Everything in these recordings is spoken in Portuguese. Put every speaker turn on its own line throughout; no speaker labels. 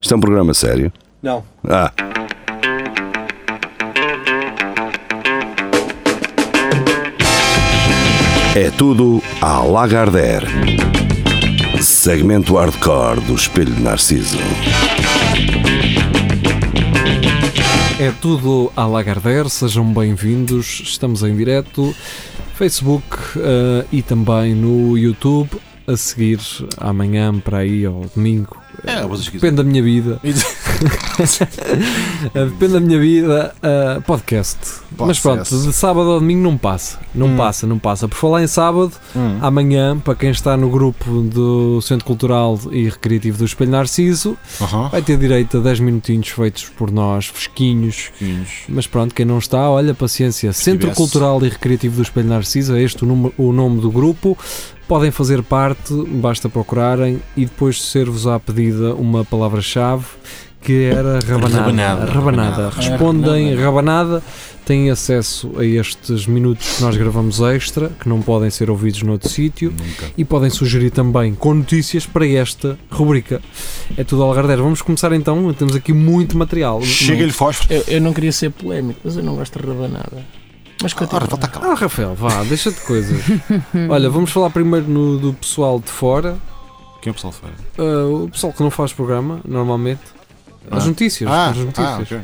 Isto é um programa sério.
Não.
Ah, é tudo à Lagardère. Segmento hardcore do Espelho de Narciso.
É tudo à Lagardère, sejam bem-vindos, estamos em direto, Facebook eh, e também no YouTube, a seguir amanhã para aí ou domingo.
É, vocês
Depende
quiserem.
da minha vida. Eh, Depende da minha vida. eh, podcast. Mas pronto, de sábado a domingo não passa. Não
Hum.
passa, não passa. Por falar em sábado,
Hum.
amanhã, para quem está no grupo do Centro Cultural e Recreativo do Espelho Narciso,
Aham.
vai ter direito a 10 minutinhos feitos por nós, fresquinhos, Mas pronto, quem não está, olha, paciência. Centro
tivesse.
Cultural e Recreativo do Espelho Narciso, é este o, número- o nome do grupo. Podem fazer parte, basta procurarem e depois ser-vos à pedida uma palavra-chave que era rabanada.
Rabanada.
Rabanada. Respondem rabanada, têm acesso a estes minutos que nós gravamos extra, que não podem ser ouvidos noutro sítio
Nunca.
e podem sugerir também com notícias para esta rubrica. É tudo algardeiro. Vamos começar então, temos aqui muito material.
Chega-lhe fósforo.
Eu, eu não queria ser polémico, mas eu não gosto de rabanada. Mas continua.
Ora, volta cá.
Ah, Rafael, vá, deixa de coisas. Olha, vamos falar primeiro no- do pessoal de fora.
Quem é o pessoal de fora?
Ah, o pessoal que não faz programa, normalmente. As
Ah.
notícias.
Ah,
as notícias.
ah, ok.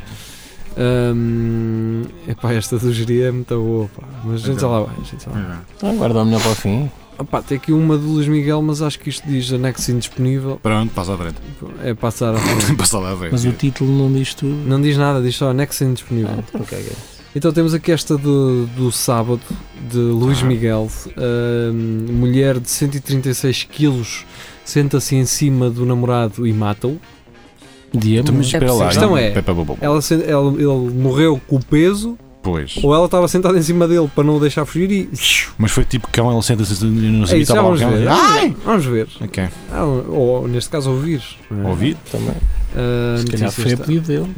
Ahm, epá, esta do geria é muito boa, pá. Mas a gente já lá vai. a gente já lá vai.
Então, guarda a melhor para o fim.
É.
Opá, tem aqui uma do Luís Miguel, mas acho que isto diz anexo indisponível.
Pronto, passa à frente.
É passar à frente.
Passa lá à frente.
Mas o tipo- título não diz tudo.
Não diz nada, diz só anexo
Ah,
indisponível.
então caga.
Então temos aqui esta do, do sábado de Luís
Ah.
Miguel, Ahm, mulher de 136 quilos senta-se em cima do namorado e mata-o.
Diabo.
Então, mas espera lá.
A questão
não-
é-
Pera, pera, pera, pera.
Ela, sen- ela- ele morreu com o peso
Pois.
ou ela estava sentada em cima dele para não o deixar fugir e.
Mas foi tipo cão, ele senta-se no
É isso, já vamos ver.
Ai!
Vamos ver.
Ok.
Ah, ou neste caso ouvir. não é?
Ouvi?
Também.
Ah,
Se calhar
notícia
foi a
esta.
pedido dele.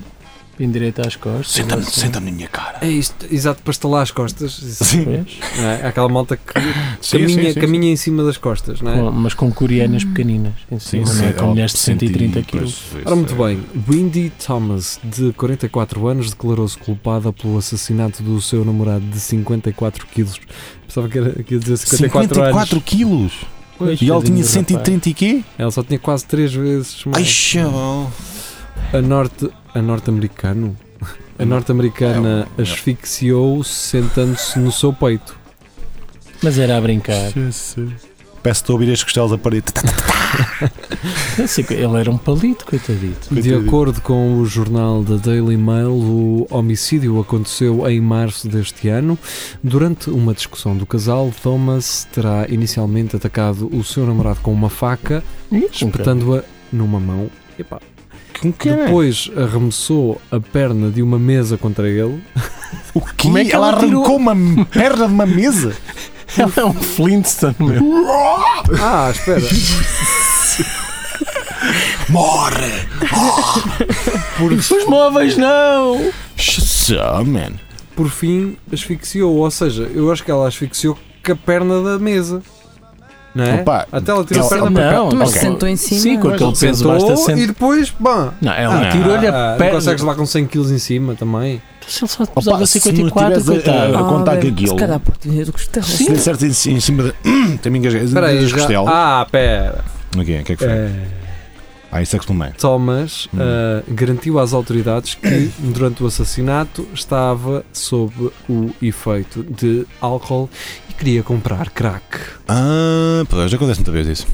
Em direito às costas.
Senta-me
Assim.
senta na minha cara.
É isto, exato, para estalar as costas. Isso,
Sim.
Vês?
não é? Há Aquela malta que
Sim,
caminha,
sim, sim,
caminha em cima das costas, não é?
Com- mas com coreanas pequeninas. Em
Sim,
cima, não é?
sim.
Com mulheres de 130
Pois,
quilos.
isso
Ora, muito
é.
bem, Windy Thomas, de 44 anos, declarou-se culpada pelo assassinato do seu namorado de 54 quilos. Pensava que era que ia dizer 54,
54
anos.
quilos?
Pois,
E ele tinha
rapaz.
130 e quê?
Ela só tinha quase 3 vezes
Ai,
mais.
chaval.
A norte a norte-americano. A norte-americana
É, é.
asfixiou-se sentando-se no seu peito.
Mas era a brincar.
Peço te a ouvir as costelas a parede.
Eu sei que Ele era um palito, coitadito.
De
Coitadinho.
acordo com o jornal da Daily Mail, o homicídio aconteceu em março deste ano. Durante uma discussão do casal, Thomas terá inicialmente atacado o seu namorado com uma faca, espetando-a numa mão. Epá.
Com né? que é?
Depois arremessou a perna de uma mesa contra ele.
O quê? Como é que ela,
tirou-
arrancou uma perna de uma mesa?
Ele é um Flintstone, meu.
Ah, espera!
Morre!
Os móveis não!
Shazam, man.
Por fim, asfixiou. Ou seja, eu acho que ela asfixiou com a perna da mesa. Não é?
Opa,
Até ela tirou a
ela-
perna para
Não,
mas
ok.
sentou em cima. é?
Sim, com aquele
Ele
peso basta
sentou e
sentar.
depois, bom,
Não, é um ela
Ah,
tirou-lhe
Ah,
a
não
perna.
consegues lá com 100 kg em cima também.
Se ele só
Opa,
pesava
se
54,
não tivesse Ah. a-
coitado.
a- contar
bem,
com aquilo.
Se calhar por ter gostado.
Se lhe acertas em, ci- em cima hum, da. também engasguei.
Espera aí,
das
já-
costelas.
Ah, pera.
O quê? O que é que foi?
É,
Ah, isso é que se meio.
Thomas
Hum.
ah, garantiu às autoridades que, durante o assassinato, estava sob o efeito de álcool e queria comprar crack.
Ah, pois, já acontece muita vez isso.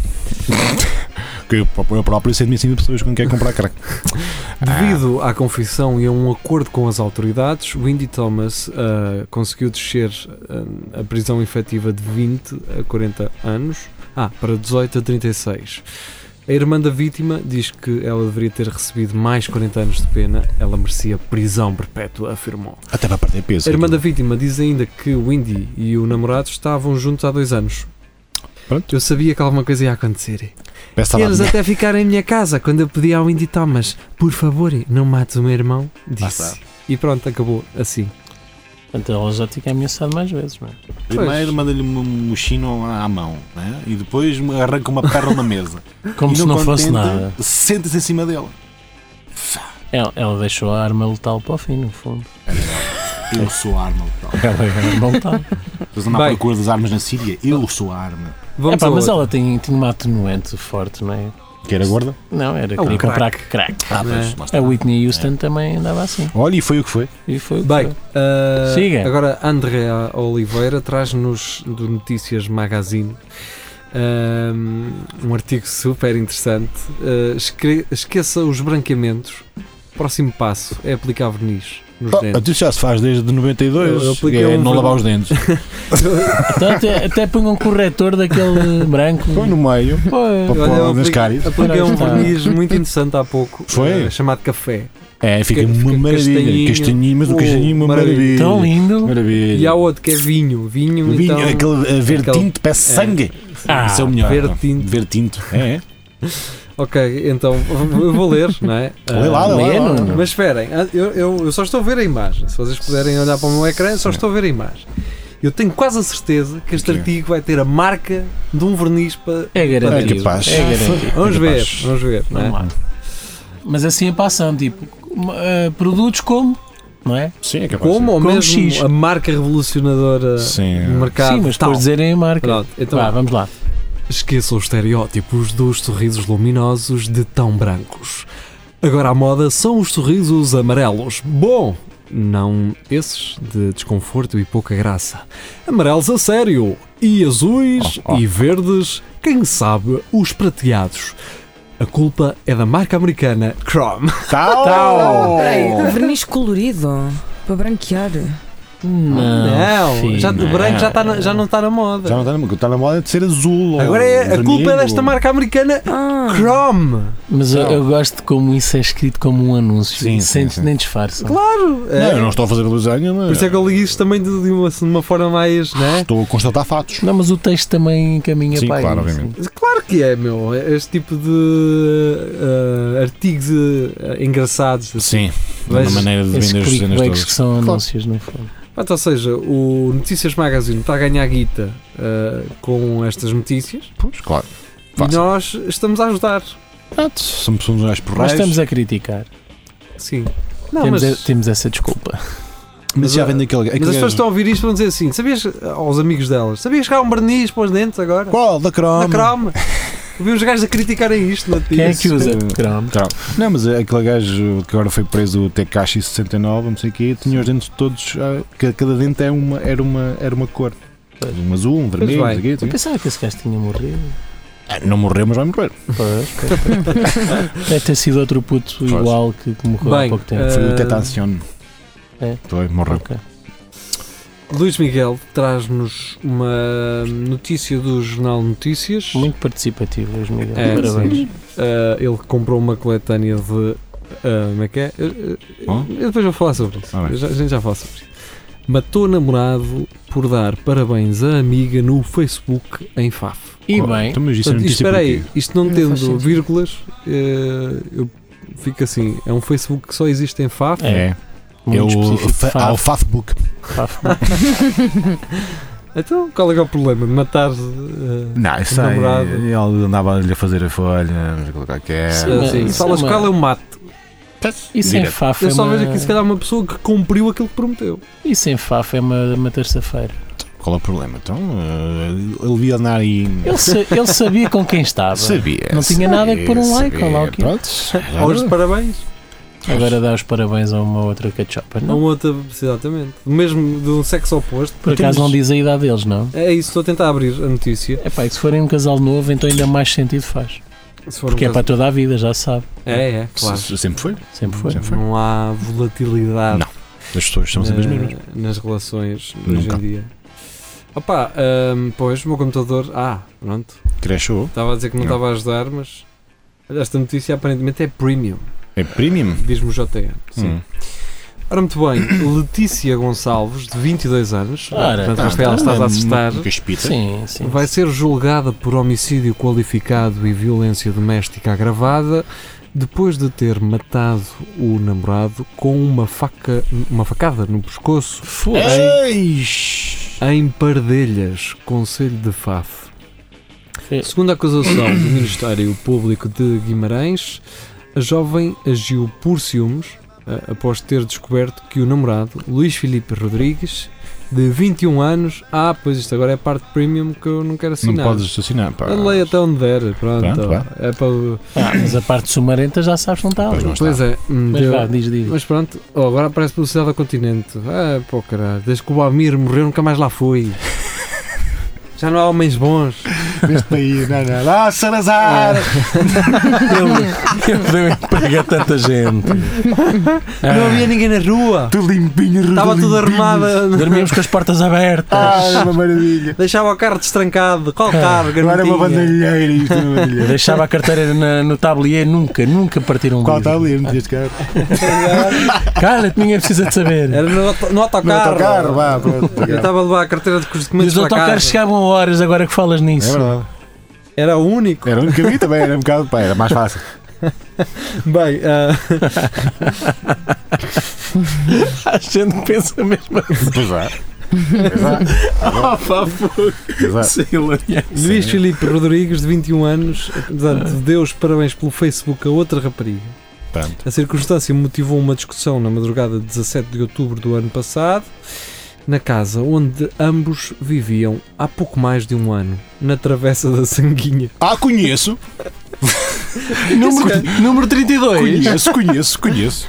que eu, próprio- eu próprio sento-me em cima de pessoas com quem comprar crack.
Devido à confissão e a um acordo com as autoridades, Windy Thomas ah, conseguiu descer ah, a prisão efetiva de 20 a 40 anos ah, para 18 a 36. A irmã da vítima diz que ela deveria ter recebido mais 40 anos de pena, ela merecia prisão perpétua, afirmou.
Ah, Até para perder peso.
A irmã da
aquilo.
vítima diz ainda que Windy e o namorado estavam juntos há dois anos.
Pronto.
Eu sabia que alguma coisa ia acontecer.
Peço a
Eles até ficaram em minha casa quando eu pedi ao Indy Thomas, por favor, não mates o meu irmão, disse.
Lá está.
e pronto, acabou assim.
Portanto, Então, ela já tinha ameaçado mais vezes, é? mano.
Primeiro manda-lhe um mochino à mão né? e depois arranca uma perna numa mesa.
Como
E
se não fosse
contente,
nada.
Senta-se em cima dela.
Ela, ela deixou a arma letal para o fim, no fundo.
Eu sou a arma letal.
Ela é a arma letal.
Vocês andam à
Bem.
procura das armas na Síria? Eu sou a arma.
Vamos
Epá,
ao
É mas
outro.
ela tem, tinha uma atenuante forte, não é?
Que era gorda?
Não, era
É
o
um
queria comprar
crack.
crack.
Ah,
pois,
A Whitney
É.
Houston também andava assim.
Olha, e foi o que foi.
E foi o que
Bem,
foi.
ah,
Siga.
agora Andrea Oliveira traz-nos do Notícias Magazine ah, um artigo super interessante. Ah, esque- esqueça os branqueamentos. Próximo passo é aplicar verniz nos
Ah,
dentes.
tu já se faz desde 92.
Eu- eu apliquei
é
um
não
verbo-
lavar os dentes.
Então até, até põe um corretor daquele branco.
Põe no meio.
Põe.
Pô,
Olha, eu
nas
apliquei-
cáries.
Apliquei
Ora,
um
está.
verniz muito interessante há pouco,
Foi?
ah, chamado café.
É, fica,
Fica-
uma
fica castanhinho.
maravilha. Castanhinho, mas o
Oh,
castanhinho é uma
maravilha.
maravilha.
Tão lindo.
Maravilha.
E há outro que é vinho. Vinho,
O vinho,
então,
aquele eh, verde
aquele-
tinto, parece
é.
sangue.
Ah,
Isso é o melhor.
verde tinto.
Verde tinto. É, é.
Ok, então eu vou ler, não é?
Lê lá, lê lá,
lê,
lê lá.
Nuno.
Mas esperem, ah, eu, eu- eu só estou a ver a imagem. Se vocês puderem olhar para o meu ecrã, eu só estou a ver a imagem. Eu tenho quase a certeza que este
Ok.
artigo vai ter a marca de um verniz para.
É garantido.
É capaz.
garantido.
Vamos
É
ver,
capaz.
vamos ver. não é?
Vamos lá. Né? Mas assim é passando, tipo, uma- eh, produtos como, não é?
Sim, é capaz.
Como ou
Com
mesmo
X.
a marca revolucionadora
Sim.
do mercado?
Sim, mas
tal.
depois dizerem a marca.
Pronto, então
Vá, vamos lá.
Esqueçam os estereótipos dos sorrisos luminosos de tão brancos. Agora à moda são os sorrisos amarelos. Bom, não esses de desconforto e pouca graça. Amarelos a sério. E azuis
Oh, oh.
e verdes, quem sabe os prateados. A culpa é da marca americana Chrome.
Tal!
Um verniz colorido para branquear.
Não, filho,
já, o branco já, tá na- já não está na moda.
Ah, Já não está na, está na moda de ser azul. ou
Agora é a
vermelho,
culpa é desta
ou-
marca americana
Ah,
Chrome.
Mas eu,
Não.
eu gosto de como isso é escrito como um anúncio.
Sim,
sem,
sim, sim.
Nem disfarça.
Claro. é.
Não, eu não estou a fazer lasanha,
Por
mas
isso é que eu li isto também de, de uma, de uma forma mais, né?
estou a constatar fatos.
Não, mas o texto também caminha
Sim,
para aí.
claro, obviamente.
Claro que é, meu. Este tipo de ah, artigos ah, engraçados. assim.
Sim,
Mas é
na maneira de
Esses
vender as cenas
clickbacks que
todas.
são anúncios, no fundo.
Portanto, ou seja, o Notícias Magazine está a ganhar guita ah, com estas notícias
Pois, claro.
e
Fácil.
nós estamos a ajudar.
Pronto, somos somos uns
Nós
porrais.
estamos a criticar.
Sim. Não,
temos,
mas,
e- temos essa desculpa.
Mas já
mas,
é
vende aquele.
mas
aquele
as pessoas estão a ouvir isto e vão dizer assim: sabias, aos amigos delas, sabias que há um verniz para os dentes agora?
Qual? Da
Na
Chrome.
Chrome. Ouvi uns gajos a criticarem isto no
Quem é que
Isso.
usa Chrome?
Claro. Não, mas é aquele gajo que agora foi preso, o Tekashi 69, não sei o quê, tinha os dentes todos, ah, ca- cada dente é uma, era, uma, era uma cor.
Pois.
Um azul, um vermelho,
bem.
não sei o quê, não sei
Eu
o quê.
pensava que esse gajo tinha morrido.
Ah, Não morreu, mas vai morrer.
Pois, pois, pois. Deve ter sido outro puto igual que, que morreu
Bem,
há pouco tempo.
eh,
Foi
Ah.
o Tetancion.
É.
Foi, morreu.
Ok.
Luís Miguel traz-nos uma notícia do Jornal Notícias.
Muito participativo, Luís Miguel.
É,
Parabéns.
Ah, ele comprou uma coletânea de. ah, como é que é? Eu, eu-
Hum?
eu depois vou falar sobre isso.
Ah, bem.
Eu já- a gente já fala sobre isso. Matou namorado por dar parabéns à amiga no Facebook em FAF.
E
Oh,
bem,
Então, mas isso é
Portanto,
notícia
espera
para
aí,
quê?
isto não,
Não faz
tendo
sentido.
vírgulas, eh, eu fico assim: é um Facebook que só existe em FAF.
É.
É, é
muito
o
específico.
fa-
Faf,
ao Fafbook.
faf.
Então qual é, que é o problema de matar. eh,
Não, isso
aí,
aí,
namorado.
ele andava-lhe a fazer a folha, não sei o que é.
Sim, mas
assim,
isso
falas
é uma-
qual é o mato?
Isso em
Direto.
Faf é
Eu só vejo
uma,
aqui, se calhar, uma pessoa que cumpriu aquilo que prometeu.
isso em Faf é uma, uma terça-feira.
Qual é o problema? Então, eh, ele via andar aí.
Ele, sa- ele sabia com quem estava.
sabia.
Não tinha
sabia,
nada que pôr um like,
sabia.
ou lá o quê?
Pronto.
Aos de parabéns.
Agora dá os parabéns a uma outra cachopa.
A
Não,
uma outra, exatamente. Mesmo de um sexo oposto.
por acaso não diz a idade deles, não?
É isso, estou a tentar abrir a notícia.
É pá, e se forem um casal novo, então ainda mais sentido faz.
se for um
Porque é para
caso-
toda a vida, já se sabe.
É, é, claro.
Se- se- Sempre foi.
Sempre foi.
Sempre foi.
Não há volatilidade
Não, As pessoas são
É.
sempre as
na-
mesmas.
nas relações hoje
Nunca.
em dia. Opa, ahm, pois, o meu computador. Ah, pronto.
Crashou.
Estava a dizer que não
Não.
estava a ajudar, mas. Esta notícia aparentemente é premium,
É premium.
diz-me o JTN. Sim.
Hum.
Ora, muito bem, Letícia Gonçalves, de 22 anos,
Ora,
portanto,
ah,
Rafael,
então,
estás
é
a assustar.
Nunca espita.
Sim, sim.
Vai ser julgada por homicídio qualificado e violência doméstica agravada depois de ter matado o namorado com uma faca, uma facada no pescoço em,
Eis.
em Pardelhas, Conselho de Faf.
É.
Segundo a acusação do Ministério Público de Guimarães, A jovem agiu por ciúmes ah, após ter descoberto que o namorado, Luís Filipe Rodrigues, de 21 anos, ah, pois isto agora é parte premium que eu não quero
Não
assinar.
podes assinar. Pá.
A lei até onde der, pronto.
Pronto, vá.
é para...
Ah, mas a parte sumarenta já sabes que não está
Pois
ali.
não está.
Pois é, hum,
Mas
deu-
vá, diz, diz.
Mas pronto, oh, agora aparece publicidade ao continente. Ah, pô, caralho, desde que o Amir morreu, nunca mais lá fui. Já não há homens bons.
Deste país, não, não. Lá,
É.
Salazar!
Ele deu emprego a tanta gente. Ah.
Não havia ninguém na rua.
Ah. Tudo limpinho,
Estava tudo armado.
Dormíamos com as portas abertas.
Ah, uma maravilha.
Deixava o carro destrancado. Qual carro?
Agora é uma
garotinha?
bandalheira isto, uma bandalheira.
Deixava a carteira na- no tablier, nunca, nunca partiram um
Qual está
livro.
ali? Não tinhas carro.
Cala-te, ninguém precisa de saber.
Era no, auto- no
Não,
autocarro.
autocarro, vá, pronto. tá
Eu
autocarro.
estava a levar a carteira de- com os
E
documentos
os
para
autocarros
casa.
chegavam a horas agora que falas
É
nisso.
verdade.
Era o único.
Era um bocadinho também, era um bocado, pá, era mais fácil. É.
Bem, ah,
A gente que pensa mesmo assim.
Pois é. Pois é.
a fogo.
Pois é.
Sei lá.
Luís Filipe Rodrigues, de 21 anos, portanto,
Ah.
deu os parabéns pelo Facebook a outra rapariga.
é. Portanto,
A circunstância motivou uma discussão na madrugada de 17 de outubro do ano passado, na casa onde ambos viviam há pouco mais de um ano, na Travessa da Sanguinha.
Ah, conheço, é
Número, número 32.
conheço, conheço, conheço.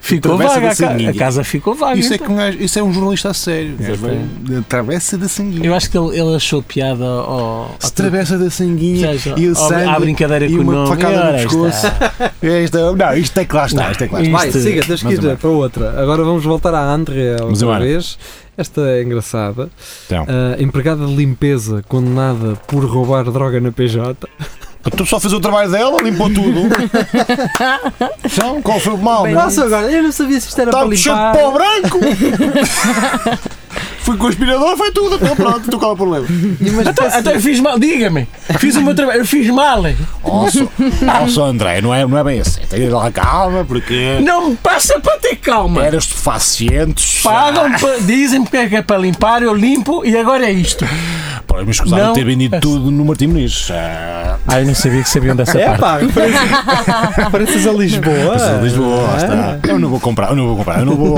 Ficou
Travessa
vaga
da
a casa.
Sanguinha.
A casa ficou vaga.
Isso é,
então.
que um gajo- isso é um jornalista a sério.
Exatamente.
Da Travessa da Sanguinha.
Eu acho que ele, ele achou piada ao. ao-
Se Travessa da Sanguinha
Seja,
e o
ao- à
sangue.
brincadeira
e
com o
uma
nome.
facada
E
no
ora
pescoço.
está.
É esta- não, isto é que lá está, isto é que lá está.
Vai,
Isto-
siga, tens que
mais ou
ir
menos.
para outra. Agora vamos voltar à Andrea
Vamos
outra
embora.
vez. Esta é engraçada.
Então.
Ah, empregada de limpeza condenada por roubar droga na PJ.
Tu só fez o trabalho dela, limpou tudo. Então, qual foi o mal?
Bem,
não é?
Nossa,
agora, eu não sabia se isto era
Estava cheio de pó branco! Fui com o aspirador, foi tudo, então pronto, tu qual é o problema?
Então, então eu fiz mal, diga-me. Fiz o meu trabalho, eu fiz mal.
Oh, so, oh, so André, não é, não é bem assim. Tem que lá calma, porque
Não me passa para ter calma.
eras facientes.
Pagam, pa- dizem que é que é para limpar, eu limpo e agora é isto.
Pode me escusar
Não.
de ter vendido tudo no Martim Muniz. Ah,
Ah, eu não sabia que sabiam dessa
É pá, pareces a Lisboa.
mas em Lisboa, lá está. Eu não vou comprar, eu não vou comprar, eu não vou.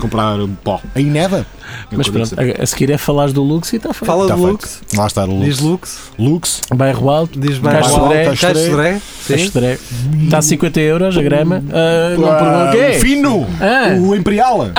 comprar um pó. Em neve?
Mas pronto, a, a seguir é falares do Lux e está feito.
Fala
Tá
de
feito.
Lux.
Lá está o
Diz
Lux.
Lux.
Lux.
Bairro Alto,
Diz
Cais Sodré,
Cais
Cais
Sodré. Sim.
está a 50 euros a grama. Ah, não pergunto o
Ah,
quê?
Fino!
Ah.
O Imperial!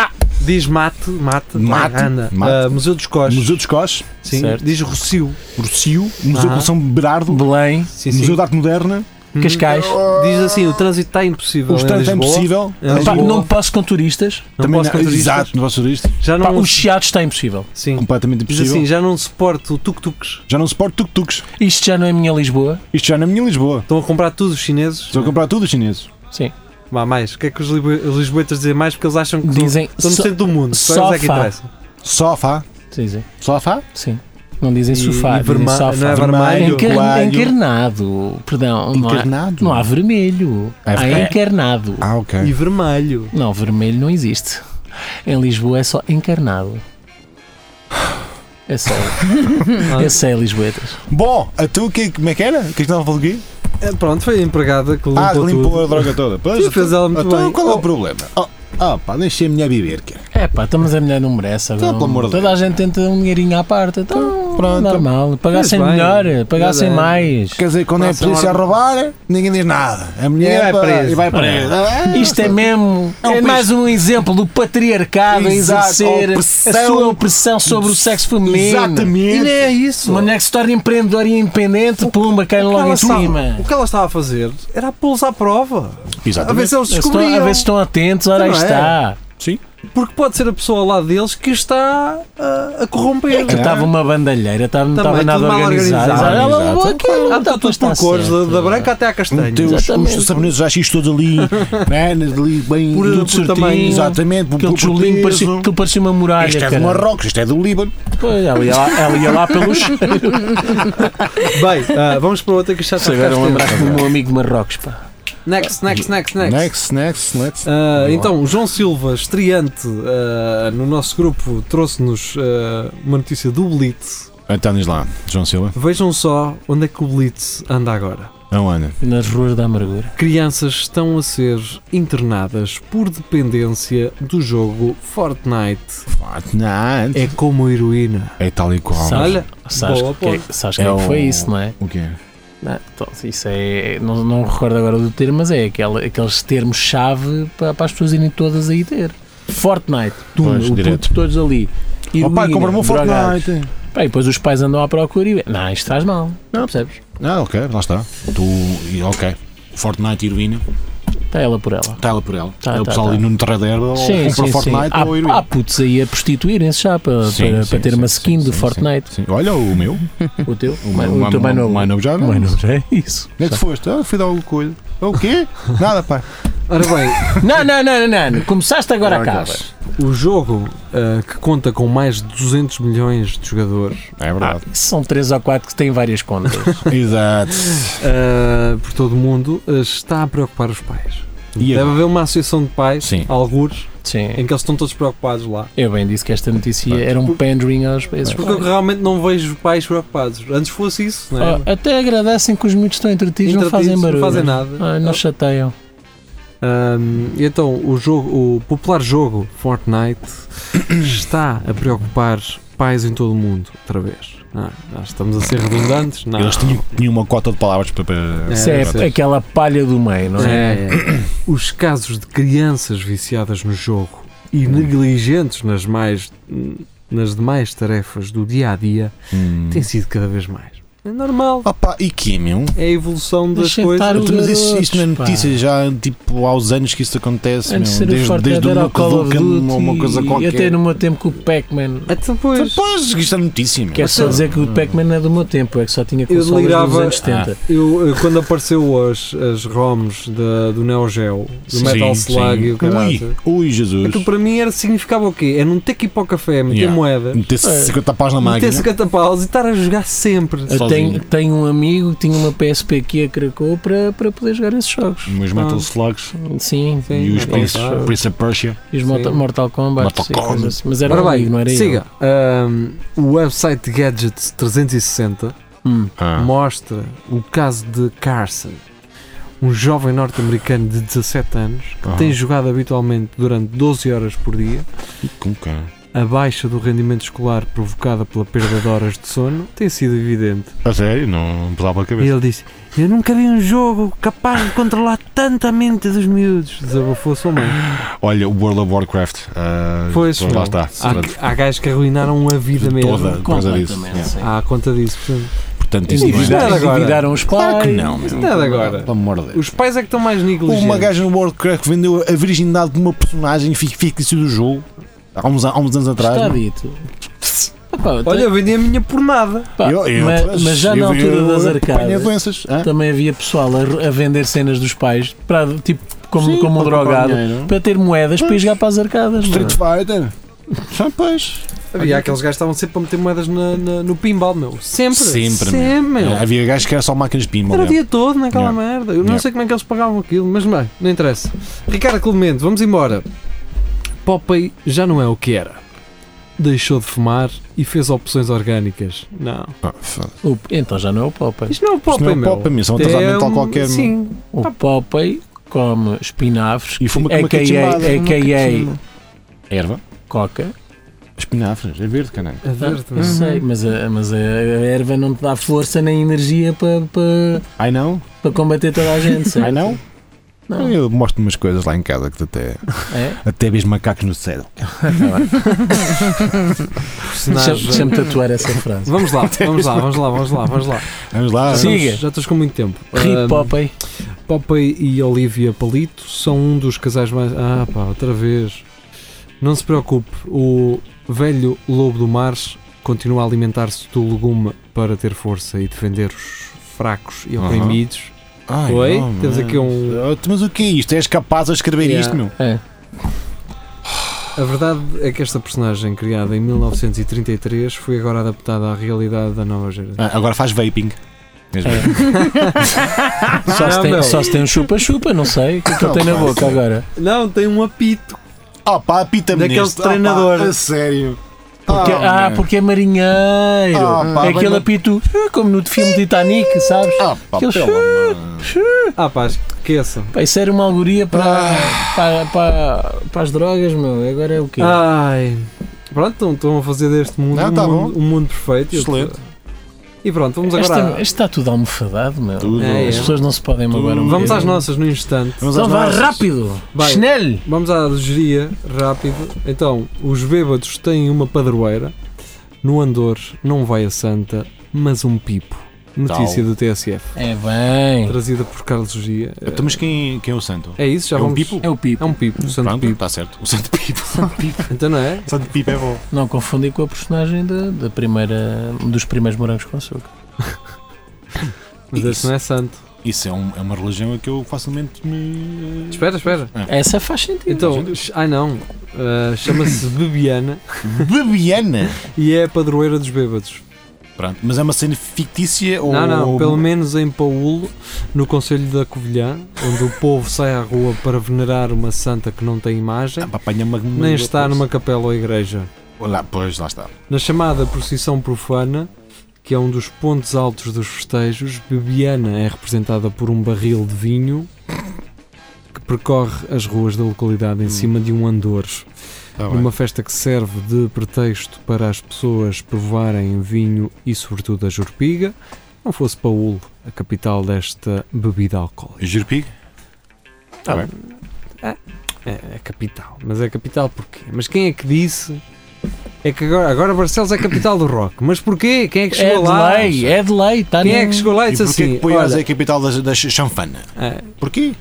Diz mate, mate,
Mate,
Ana.
mate.
Ah, Museu dos Cos.
Museu dos Cos,
Sim.
Certo.
Diz Rocio.
Rocio, Museu
Ah.
de São Berardo,
Belém,
Sim,
Museu
sim. Uhum.
da Arte Moderna,
Cascais.
Diz assim, o trânsito está impossível.
o
em
Estante é
Lisboa.
Impossível.
Em Lisboa.
Pá, não passo com turistas.
Não posso
não-
com turistas.
Exato, não posso turista.
Já
Pá,
não,
o chiado está impossível.
sim.
Completamente
Diz
impossível.
assim, já não suporto tuk-tuks.
Já não suporto tuk-tuks.
Isto já não é minha Lisboa.
Isto já não é minha Lisboa.
Estão a comprar tudo os chineses.
Estou a comprar tudo os chineses.
Sim.
Vá, mais. O que é que os libo- os lisboetas dizem mais? Porque eles acham que
Dizem
estão no
so-
centro do mundo. Só eles é que
sofá.
interessa.
Sofá.
Dizem.
Sofá?
Sim. Não dizem
E-
sofá,
e
dizem
verma-
sofá.
não é vermelho?
Encar-
Coalho.
encarnado. Perdão. não é? há-
Encarnado.
Não há, vermelho.
É
há
ver-
encarnado.
Ah, ok.
É.
E É vermelho.
Não, vermelho não existe. Em Lisboa é só encarnado. É só. Esse é Lisboetas.
Bom, a tu, que, como é que era? O que é que estava a falar aqui?
É, Pronto, foi a empregada que limpou,
Ah, limpou
tudo.
a droga toda. Pois,
Sim, fez ela muito
então,
bem.
qual é
Oh.
o problema? Oh, ah, pá, deixei a mulher viver, cara.
É pá, então, mas a mulher não merece agora.
Então, pelo amor de
Toda a gente tenta um dinheirinho à parte. Então,
pronto.
normal. Pagassem
Fez bem.
melhor, pagassem
Nada.
mais.
Quer dizer, quando é a
Nossa,
polícia a
amor.
roubar, ninguém diz nada. A mulher
Ninguém vai
pá,
preso.
E vai preso. Ah,
Isto é mesmo.
É um
É
país-
mais um exemplo do patriarcado a
Exato,
exercer
a
a
opressão-
sua opressão sobre o sexo feminino.
E nem
Exatamente.
é isso.
Uma mulher que se torna empreendedora e independente, pumba, cai
O que
É logo
ela
em
estava-
cima.
O que ela estava a fazer era pô-los à prova. A ver
Exatamente.
se eles
Se estão- A
descobriam.
ver se estão atentos, ora aí
Não é?
está.
Porque pode ser a pessoa ao lado deles que está ah, a corromper.
Que estava uma bandalheira, estava, não
Também,
estava nada
tudo mal
organizado.
organizado.
Olha, olha,
Exato.
aqui,
Ah,
então
está tudo
está
por cores, da,
certo.
da branca até à castanha.
Meteu os,
Exatamente.
os sabonetes achis todos ali, né? ali bem
Por-
tudo
por
certinho.
tamanho.
Exatamente, por-
Aquele
por
tijolinho
peso.
parecia, aquilo parecia uma muralha.
Isto é do
caralho.
Marrocos, isto é do Líbano.
Pois, ela, ia lá, ela ia lá pelos.
Bem, ah, vamos para outra que já está a
Agora
é
ficar
um
lembraste
estranho.
do meu amigo de Marrocos, pá.
Next, next, next, next.
Next, next, next.
Ah, então, o João Silva, estreante ah, no nosso grupo, trouxe-nos ah, uma notícia do Blitz.
Então diz lá, João Silva. um
Vejam só onde é que o Blitz anda agora.
Não, Ana.
nas ruas da amargura.
Crianças estão a ser internadas por dependência do jogo Fortnite.
Fortnite.
É como heroína.
É, tal e qual.
Sabe?
Olha,
Sabes
boa
quem
ponte.
sabes
É
quem é que foi
o-
isso, não é?
O quê?
Não, então, isso é. Não, não recordo agora do termo, mas é aquele, aqueles termos-chave para, para as pessoas irem todas aí ter. Fortnite, tu,
Pois,
o
direto.
puto todos ali.
Oh,
Heroína,
pai, compra-me um
drogados.
Fortnite.
Pá, e depois os pais andam à procura e. Não, isto faz mal. Não percebes?
Ah, ok, lá está. Tu, e- ok. Fortnite heroína,
Está ela por ela.
está ela por ela.
Tá,
é o
tá,
pessoal
tá.
ali no Trader ou compra Fortnite ou
Há,
heroína.
há putos aí a prostituírem-se já para,
Sim,
para,
sim,
para ter
sim,
uma
sim,
skin
sim,
de
sim,
Fortnite.
Sim. Olha o meu.
O teu?
O
Mai-
meu-
o teu mais
o
novo.
mais novo já não.
Mais novo, já é isso.
Onde é que foste? Ah, fui dar o colho. Ah, O quê? Nada, pai.
Ora bem,
Não, não, não, não, não. Começaste agora, acabas.
o jogo ah, que conta com mais de 200 milhões de jogadores
É verdade.
São três ou quatro que têm várias contas.
Exato.
ah, por todo o mundo ah, está a preocupar os pais.
E
Deve
agora?
haver uma associação de pais,
Sim.
algures,
Sim.
em que eles estão todos preocupados lá.
Eu bem disse que esta notícia era um pandering aos países.
Porque eu realmente não vejo pais preocupados. Antes fosse isso, não é?
até agradecem que os miúdos estão entretidos, Ah, não
Entretidos,
fazem barulho.
Não fazem nada.
Ah, não chateiam.
Ahm, e então, o, jogo, o popular jogo Fortnite está a preocupar pais em todo o mundo, outra vez. Ah, já estamos a ser redundantes? Não.
Eles tinham, tinham uma cota de palavras para. para-
É,
Isso é,
certo.
aquela palha do meio, não é?
É, é. Os casos de crianças viciadas no jogo e negligentes nas, mais, nas demais tarefas do dia a dia
Hum.
têm sido cada vez mais. É normal.
Opa, e que, meu?
É a evolução das
Deixa
coisas.
estar o-
Então, Mas isso, isto não é
garotos,
notícia já tipo há uns anos que isso acontece,
Antes de
meu.
ser o
desde,
Fortnite
desde o
era o
Nuka
Call of
Vulcan
Duty
ou uma coisa
e
qualquer.
até no meu tempo que o Pac-Man.
Então, pois,
Pois, isto é notícia, meu.
Quero só dizer que o Pac-Man não é do meu tempo, é que só tinha consoles dos
delirava-
anos 70.
Eu, eh, quando apareceu as, as ROMs da, do Neo Geo, do
Sim,
Metal
sim.
Slug e o caralho,
Ui, ui,
É
Jesus.
aquilo para mim era, significava o quê? Era não ter que ir para o café, meter
Yeah.
moeda,
Meter
É.
50 paus na máquina.
meter 50 paus e estar a jogar sempre.
Eu tenho,
Ah, sozinho.
tenho um amigo que tinha uma PSP que a cracou para, para poder jogar esses jogos.
Os Metal Slugs
Sim,
Sim,
e os
é
Prince,
verdade.
Prince of Persia.
e os Mortal,
Sim.
Mortal Kombat.
Mortal
sim,
Kombat.
coisas assim. Mas era um
Ora
amigo, não
bem,
era
siga. Ahm, o website Gadgets 360
eu. Hum.
Ah.
mostra o caso de Carson, um jovem norte-americano de 17 anos que
Aham.
tem jogado habitualmente durante 12 horas por dia.
Com quem?
A baixa do rendimento escolar provocada pela perda de horas de sono tem sido evidente.
A sério? Não pesava a
E
cabeça.
ele disse: Eu nunca vi um jogo capaz de controlar tanta mente dos miúdos. Desabafou a sua mãe.
Olha, o World of Warcraft. ah,
Pois,
lá
meu,
está.
Há, há gajos que arruinaram a vida mesmo.
Toda, por causa disso.
Completamente, sim.
Yeah.
Há conta disso. portanto.
Portanto, isso não
Endividar
é.
Endividaram,
agora.
endividaram os pais.
Claro que não, meu.
Nada agora.
Pelo amor de Deus.
Os pais é que estão mais negligentes.
Uma gaja no World of Warcraft vendeu a virgindade de uma personagem fi- fictícia do jogo há uns, há uns anos atrás.
Está
meu.
dito. Opa, eu
Olha,
tenho-
eu vendi a minha por nada.
pá,
Eu- eu-
ma- mas, já na
eu-
altura
eu
das
apanhei
arcadas
doenças. hã?
também havia pessoal a, a vender cenas dos pais para, tipo, como,
Sim,
como um
para comprar
drogado
dinheiro. é?
para ter moedas para ir jogar para as arcadas. é?
Street
mano.
Fighter. Já, pois.
Havia aqueles gajos que estavam sempre a meter moedas na- na- no pinball, meu. Sempre.
Sempre,
Sempre, meu.
É, Havia gajos que eram só máquinas de pinball.
Era o
meu.
dia todo naquela
Yeah.
merda. Eu não
Yeah.
sei como é que eles pagavam aquilo, mas bem, não interessa. Ricardo Clemente, vamos embora. Popeye já não é o que era. Deixou de fumar e fez opções orgânicas. Não.
Ah, foda-se.
O- então já não é o Popeye.
Isto não é o
Isto não
Popeye,
é
meu.
pop, meu. São um atrasado
É
mental
um-
qualquer. meu.
Sim.
O
Ah.
Popeye come espinafres,
E
É
fuma com uma
a.k.a.
catimbada.
AKA
Erva.
coca.
Espinafres. É verde, caralho.
A ver,
Não
um
sei, mas a, mas a erva não te dá força nem energia para pa,
Ai não?
pa combater toda a gente. certo?
Ai não?
Não.
Eu mostro umas coisas lá em casa que até,
É?
até vês macacos no céu.
Deixa-
personagem.
Deixa-me tatuar essa frase.
Vamos lá, vamos lá, vamos lá, vamos lá, vamos lá.
Vamos lá.
Sim.
vamos.
Siga.
Já estás com muito tempo.
Rip
Um,
Ahm,
Popeye.
Popeye e Olivia Palito são um dos casais mais. Ah, pá, outra vez. Não se preocupe, o velho lobo do mar continua a alimentar-se do legume para ter força e defender os fracos e
Aham.
oprimidos.
Ai,
Oi?
não,
Temos aqui um.
Ah, Mas o que é isto? És capaz de escrever
Yeah.
isto, meu?
É.
A verdade é que esta personagem, criada em 1933, foi agora adaptada à realidade da nova geração.
Ah, agora faz vaping. Mesmo.
é.
É.
Só, se
Não,
tem,
meu.
só se tem um chupa-chupa, não sei. O que é que ele tem na boca agora?
Não, tem um apito.
Oh pá, apita-me
Daqueles
neste. Oh, pá,
treinadores.
a sério.
Porque, ah,
né?
man.
porque é marinheiro.
Ah, pá,
é aquele
bem-
apito, "Ah", como no filme Titanic, sabes?
é-
Ah, pá,
Aqueles-
pelo amor.
Ah, pá, esqueça.
Pá, isso era uma alegoria para,
Ah.
para, para, para as drogas, meu. Agora é o quê?
Ai. Pronto, então estão a fazer deste mundo,
Não,
um,
tá
mundo um mundo perfeito.
Excelente.
E pronto, vamos
Esta-
agora.
isto está tudo almofadado, meu.
Tudo.
É,
As
é.
pessoas não se podem
Tudo.
magoar um
Vamos
bocadinho.
às nossas no instante.
Vamos
Então
às
vá
nossas.
rápido!
Vai.
Schnell!
Vamos à dogeria, rápido. Então, os bêbados têm uma padroeira. No Andor não vai a Santa, mas um pipo. Notícia do TSF.
É bem.
Trazida por Carlos Gia.
Então, Mas quem, quem é o santo?
É isso, já
é um
vamos.
pipo?
É o Pipo.
É um pipo, o Santo
Pronto,
Pipo.
está certo. O santo pipo.
Então não é?
O santo pipo é bom.
Não confundir com a personagem da, da primeira, dos primeiros morangos com açúcar.
Mas
Isso.
esse não é santo.
Isso é, um- é uma religião a que eu facilmente me... eh,
Espera, espera.
Essa faz sentido.
Então, sh- ai não. Ah, Chama-se Bebiana
Bebiana!
e é a padroeira dos bêbados.
Pronto, mas é uma cena fictícia ou...
Não, não,
ou-
pelo menos em Paulo, no Conselho da Covilhã, onde o povo sai à rua para venerar uma santa que não tem imagem,
Ah, pá, apanha uma- uma-
nem está numa capela ou igreja.
Olá, pois, lá está.
Na chamada Procissão Profana, que é um dos pontos altos dos festejos, Bebiana é representada por um barril de vinho que percorre as ruas da localidade em cima de um andor.
Tá bem.
Numa festa que serve de pretexto para as pessoas provarem vinho e, sobretudo, a jorpiga, não fosse Paulo a capital desta bebida alcoólica.
Jirpigo? Tá bem.
É, é capital, mas é capital porquê? Mas quem é que disse? É que agora, agora Barcelos é a capital do rock. Mas porquê? Quem é que
é
chegou
de
lá?
lei, é de lei. Está
Quem
no...
é que chegou lá e
E
disse
porquê
assim?
que Poiás
olha,
é a capital da, da ch- chanfana?
É.
Porquê?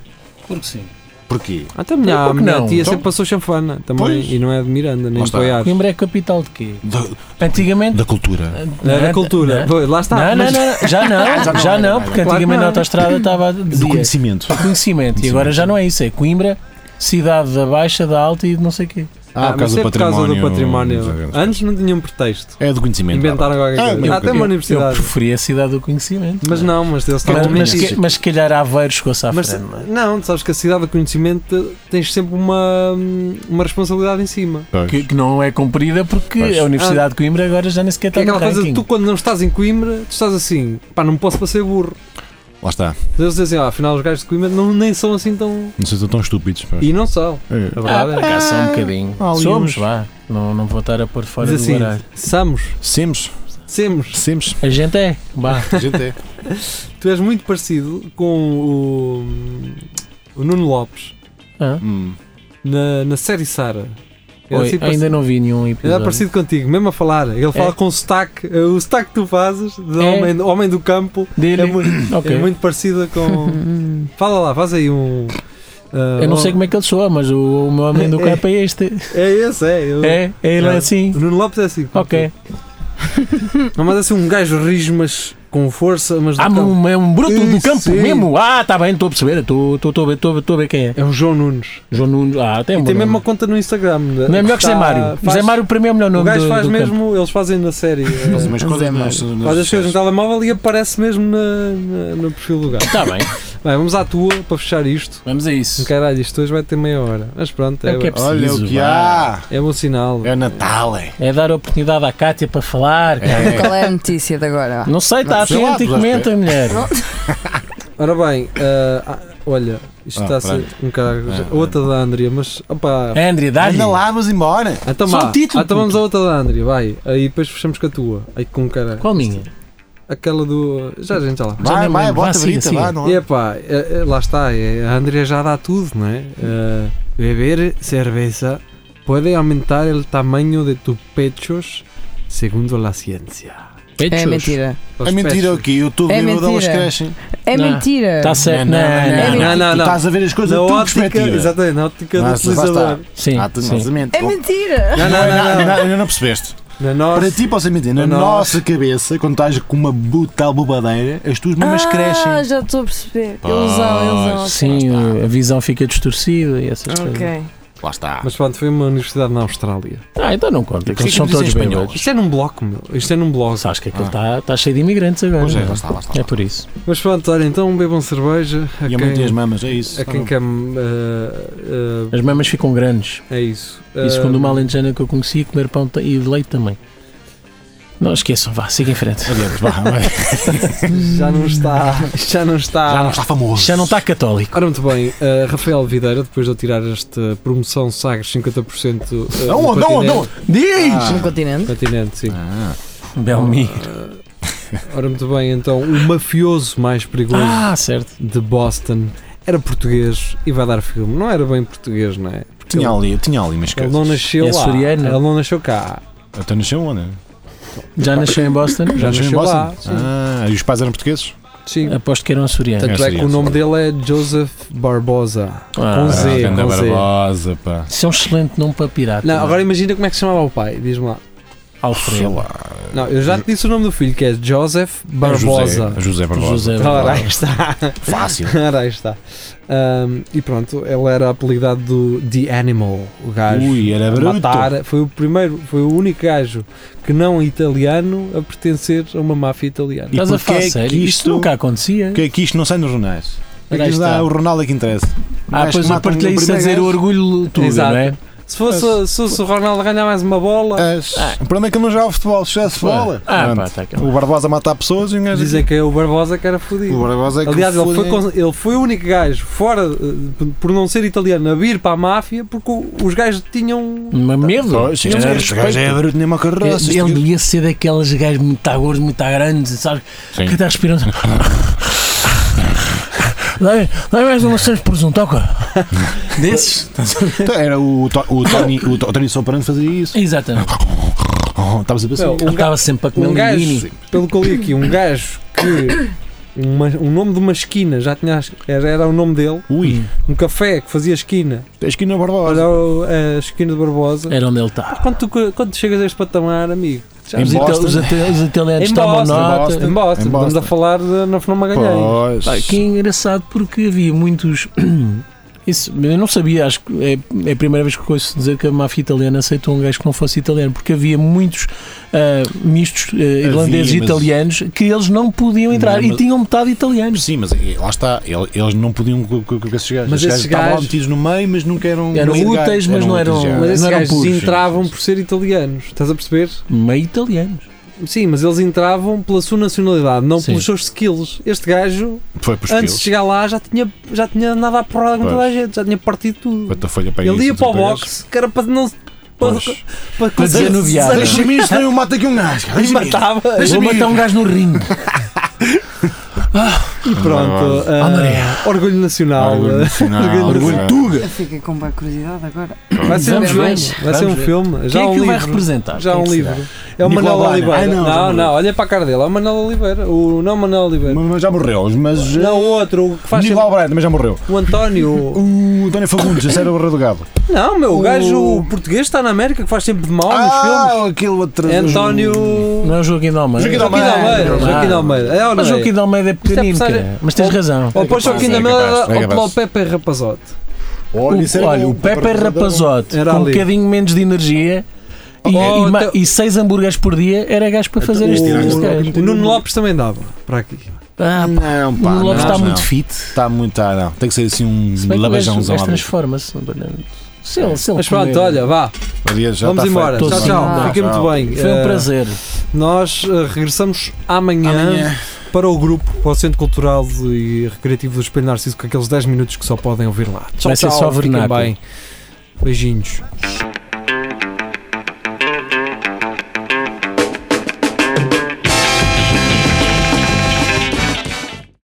Porque sim.
Porquê?
até a minha,
Então,
a
por que
minha
não?
tia
Então-
sempre passou chanfana também
Pois.
e não é de Miranda, nem
Lá
de
está.
Poiares.
Coimbra é capital de quê?
Da,
Antigamente.
da cultura.
É da cultura.
Não,
Pois, Lá está.
Né? não,
mas-
não, não, Tá, já não, já não,
não, não,
porque antigamente
não. Claro que não.
na autostrada estava a dizer,
Do conhecimento.
conhecimento, e agora já não é isso, é Coimbra, cidade da Baixa, da Alta e de não sei o quê.
Ah, mas é por causa do património. Antes não tinham pretexto.
É do conhecimento.
Inventaram
tá bem.
qualquer coisa.
eu-
Até uma
eu-
Ah, Eu
universidade.
preferia a cidade do conhecimento.
Mas não, mas eles
Mas,
estavam
mas,
mentindo.
que- mas se calhar Aveiro chegou-se à
Mas
frente. não é?
não, tu sabes que a cidade do conhecimento tens sempre uma, uma responsabilidade em cima.
Pois.
que, que não é cumprida porque
Pois.
a Universidade de Coimbra agora já nem sequer está
Que é aquela
no
coisa de
ranking.
tu quando não estás em Coimbra, tu estás assim, pá, não posso passar burro.
Lá está.
Eles dizem, ah, afinal os gajos de Coimbra não, nem são assim tão.
Não sejam tão estúpidos. pois.
E não são.
É.
A
Ah,
verdade
por
é.
acaso, só um bocadinho.
há ali
Somos,
uns-
vá. Não, não vou estar a pôr fora
Diz
do
assim,
baralho.
somos,
Semos.
semos.
Semos.
A gente é, vá.
A gente é.
Tu és muito parecido com o, o Nuno Lopes
Ah,
Hum.
na, na série Sara. Ele é
oi,
assim parecido-
ainda não vi nenhum
ele é
episódio.
parecido contigo, mesmo a falar. Ele fala com o sotaque, eh, o sotaque que tu fazes, de
É.
homem, homem do campo,
Dele.
é muito,
Ok.
é muito parecida com.
Hum.
Fala lá, faz aí um. ah,
Eu não
um-
sei como é que ele soa, mas o, o meu homem do
É, é.
campo é este.
É esse, é. eu-
É, ele é
Ah,
assim.
O Nuno Lopes é assim.
Ok.
Não, mas é assim um gajo rijo, mas com força, mas. do
Ah, mas
campo.
um, é um bruto do
Sim,
campo
sim.
mesmo. Ah, tá bem, estou a perceber. Estou estou a ver, estou a ver- estou a ver quem é.
É o João Nunes.
João Nunes. Ah, tem um
Tem
bom
mesmo uma
nome.
conta no Instagram. né?
Não é melhor que Zé
Está-
Mário.
faz-
Zé Mário para mim é o melhor nome
O gajo
do,
faz
do
mesmo,
campo.
eles fazem na série. eh,
Mas umas coisas
Zé
nas- nas-
Faz as coisas no
nas-
telemóvel e aparece mesmo na- na- no perfil do gajo.
Tá bem,
Bem, vamos à tua para fechar isto.
vamos a isso.
Caralho, isto hoje vai ter meia hora. Mas pronto, é,
É o que é
Olha
preciso,
o que
vá.
há.
é, bom sinal.
É Natal. É.
É dar a oportunidade à Cátia para falar. cara.
Qual é a notícia de agora?
Não sei, tá assim, está
Não sei lá,
atento e
mas acho
comenta, mulher.
Ora bem, ah, ah, olha, isto
Ah,
está a ser um caralho.
Ah,
outra da Andrea, mas opá.
André, dá-lhe.
Anda lá, vamos embora.
Então,
É Só
vá,
o título,
então vamos
puto.
à outra da Andrea, vai. Aí depois fechamos com a tua. Aí com caralho.
Qual minha?
Aquela do. Já a gente já lá.
Já
Vai,
nem
vai,
lembro. Vá,
bota a
siga,
brita,
siga.
vá. não é? há-
E epá, eh, eh, lá está, eh, a Andrea já dá tudo, não é? Eh, beber cerveza pode aumentar o tamanho de tus pechos segundo a ciência.
É mentira.
Os
É mentira o
pechos.
quê? Eu estou
É
bêbado, elas
mentira.
crescem.
É
Não.
mentira.
Está Tá certo. Não,
Não,
não,
não,
não.
É Não, não,
Tu
não.
estás a ver as coisas
Na
da tua
ótica,
é perspectiva.
exatamente, na ótica do
Nossa, lá
utilizador.
Sim,
Ah, tu-
sim.
exatamente.
É mentira.
Não, não,
Não,
não, não.
não, não, não, não percebeste.
Na nossa-
Para ti, posso mentir, na
Não.
nossa cabeça, quando estás com uma bu- tal bobadeira, as tuas mamas
Ah,
crescem.
já estou a perceber. Ilusão, ilusão.
Sim, a visão fica distorcida e essas coisas.
Ok.
Lá lá está.
Mas pronto, foi uma universidade na Austrália.
Ah, então não conta, que
Porquê
eles
que
são
não
todos
dizem espanhol? Ah.
espanhóis.
Isto é num bloco, meu. Isto é num bloco.
Sabes que aquilo está cheio de imigrantes agora.
Pois é,
não
lá está, lá está.
É por isso.
Mas pronto, olha, então bebam cerveja. A
E
quem,
eu meti as mamas, é isso.
a quem
Está
quer. ah,
As mamas ficam grandes.
ah, é isso.
E segundo
Ah,
uma alentejana que eu conhecia, comer pão ta- e leite também. Não esqueçam, vá, siga em frente.
bem. Adiante, vá, vai.
Já não está. Já não Ah, está.
Já não está famoso.
Já não está católico.
Ora, muito bem, ah, Rafael Videira, depois de eu tirar esta promoção Sagres 50%. ah,
Não,
no
não, não,
continente-
não.
Diz!
No continente.
Continente, sim.
Ah,
Belmi.
Ora, muito bem, então, o mafioso mais perigoso
Ah, certo.
de Boston era português e vai dar filme. Não era bem português, não é? Porque
tinha
ele,
ali, tinha ali umas
ele não
coisas.
nasceu
É
lá.
soriano.
Ele não nasceu cá.
Até nasceu onde?
Já nasceu em Boston?
Já
nasceu em
nasceu lá,
Boston? Ah, e os pais eram portugueses?
Sim.
Aposto que era um soriano.
Tanto
É
é que o
soriano,
nome
sim.
dele é Joseph Barbosa.
Ah,
Com Z,
ah,
com
Ganda
Z.
Barbosa, pá.
Isso é um excelente nome para pirata.
Não, agora imagina como é que se chamava o pai. Diz-me lá.
Sei
Alfredo.
lá.
Não, eu já te disse o nome do filho, que é Joseph Barbosa.
José, É José Barbosa. Tá
José
Ora, aí
Barbosa.
está.
Fácil.
Ora, aí está. Ahm, e pronto, ele era apelidado do The Animal, o gajo.
Ui, era
a
bruto.
matar. Foi o primeiro, foi o único gajo que não italiano a pertencer a uma máfia italiana.
E
Estás a
porquê
falar
é que
sério?
isto-
Isto nunca acontecia.
Porque é que isto não sai nos jornais. É
Ora,
que
aí
isto dá
está.
o Ronaldo é que interessa.
Ah,
Acho que
depois eu
matam
partilhei
no
isso a dizer
primeiro
o
gajo.
orgulho tudo,
Exato.
não é?
Se fosse, se fosse o Ronaldo ganhar mais uma bola,
As... O problema é que ele não joga futebol, já se bola.
Ah, pá,
Pronto.
tá cá.
o Barbosa mata pessoas e um gajo.
dizem que é o Barbosa que era
O
fodido.
Barbosa é que
Aliás, ele foi,
fodem.
con- ele foi o único gajo, fora, eh, por não ser italiano, a vir para a máfia porque o- os gajos tinham.
Mas medo.
Pois,
um
este
Era
gajo- este gajo é
respeito.
bruto, nem uma carroça.
Ele
este gajo.
devia ser daqueles gajos muito gordos, muito grandes, sabes?
Sim.
Que está respirando. Dá-me dá-me mais uma de presunto, ok? Desses?
Então, Era o, to, o Tony, o, to, o Tony Soprano fazia isso.
Exatamente.
Oh, Estavas a pensar.
Não,
Ele
um, ga-
estava sempre a comer
um
um
gajo,
linguini.
pelo que eu li aqui, um gajo que. uma- um nome de uma esquina, já tinha. as- Era, era o nome dele.
Ui,
Um café que fazia esquina.
tens que ir na Barbosa.
Olha o- a esquina de Barbosa. Ah,
Era onde ele estava.
Quando, tu, quando chegas a este patamar, amigo. Já
Em
Os,
em
ita-
Boston.
os ita- os italianos
Em
tomam
Boston,
nota.
Boston.
Boston,
Em
estamos
Boston.
a falar de, na Fernão Magalhães.
Pois.
Pá, que é engraçado porque havia muitos. Isso, eu não sabia, acho que é, é a primeira vez que eu ouço dizer que a máfia italiana aceitou um gajo que não fosse italiano, porque havia muitos ah, mistos ah, irlandeses e
mas-
italianos que eles não podiam entrar
Não,
e
mas-
tinham metade italianos.
Sim, mas eh, lá está, ele- eles não podiam com com- com esses gajos.
Mas
Esses gajos
esses
estavam lá
gajos-
metidos no meio, mas nunca eram.
Eram
esses gajos
úteis, mas não eram-
úteis, já.
Mas esses
Não eram
gajos
puros, sim,
entravam
sim,
por ser italianos, estás a perceber?
Meio italianos.
Sim, mas eles entravam pela sua nacionalidade, não
Sim.
pelos seus skills. Este gajo,
Foi para os
antes de
Antes...
chegar lá, já tinha, já tinha andado à porrada com toda a
Pois.
gente, já tinha partido tudo.
Quanta folha para
Ele
isso,
ia para o
outros
boxe, que era para não. Para,
gajos. Pois.
para conseguir-
desanuviar.
desanuviar.
Deixa-me isto, senão eu mato aqui um gajo. cara. Deixa-me isto.
Matava.
Vou matar um gajo no ringue.
E pronto. ah,
André.
orgulho nacional. Eh,
Orgulho nacional, orgulho
tuga.
Fica com uma curiosidade agora.
Vai ser um
Vamos ver.
filme. Vai ser um
Vamos ver.
filme.
Quem
Já
é
um
que o vai
livro.
representar?
Já
Quem
um
é que
livro.
será?
É o
Nicolau
Manuel
Blanc.
Oliveira.
Ai, não, já
não,
morreu.
não, olha para a cara dele. É o Manuel Oliveira. O não Manuel Oliveira.
Mas já morreu, mas. eh,
Não, o outro, o que faz
Nicolau Braga também já morreu.
sempre- O António. o-
O Dónia Fagundes, esse era o rei do gado.
Não, meu, o
O- Ah,
gajo português está na América que faz sempre de mal nos filmes.
aquele outro.
É António.
Não é o Joaquim de Almeida.
Joaquim
Joaquim de
de Almeira.
Almeira.
Joaquim de Almeira. É ou não
Mas
é?
Joaquim de Almeida é pequenino,
Isto é
cara.
passagem-
mas tens
Ou-
razão.
Ou para o
capaz,
Joaquim
é
de Almeida
capaz, é
ou para o
capaz.
Pepe Rapazote.
O- olha, o Pepe é rapazote,
Era
com um
ali.
bocadinho menos de energia e,
Oh,
e ma-
então-
e seis hambúrgueres por dia era gajo para fazer Então, este um
este
este
gajo-
gajo.
O Nuno Lopes também dava para aqui.
Ah, pá,
Não,
o
pá.
Nuno Lopes
não,
está
não.
muito fit.
Está muito. Ah, não. Tem que ser assim um
Se bem que o gajo- é o
labajãozão
gajo
à bruta.
transforma-se. Se ele, se ele
Mas pronto,
comer-
olha, vá.
Aliás, já
Vamos
está
embora.
feito.
Tchau,
Todos
tchau.
andam.
Fiquem muito
Tchau.
bem.
Foi
Eh,
um prazer.
Nós eh, regressamos amanhã, para o grupo, para o Centro Cultural e Recreativo do Espelho Narciso, com aqueles 10 minutos que só podem ouvir lá. Tchau,
Vai ser
tchau.
só
Fiquem
vernáculo.
bem. Beijinhos.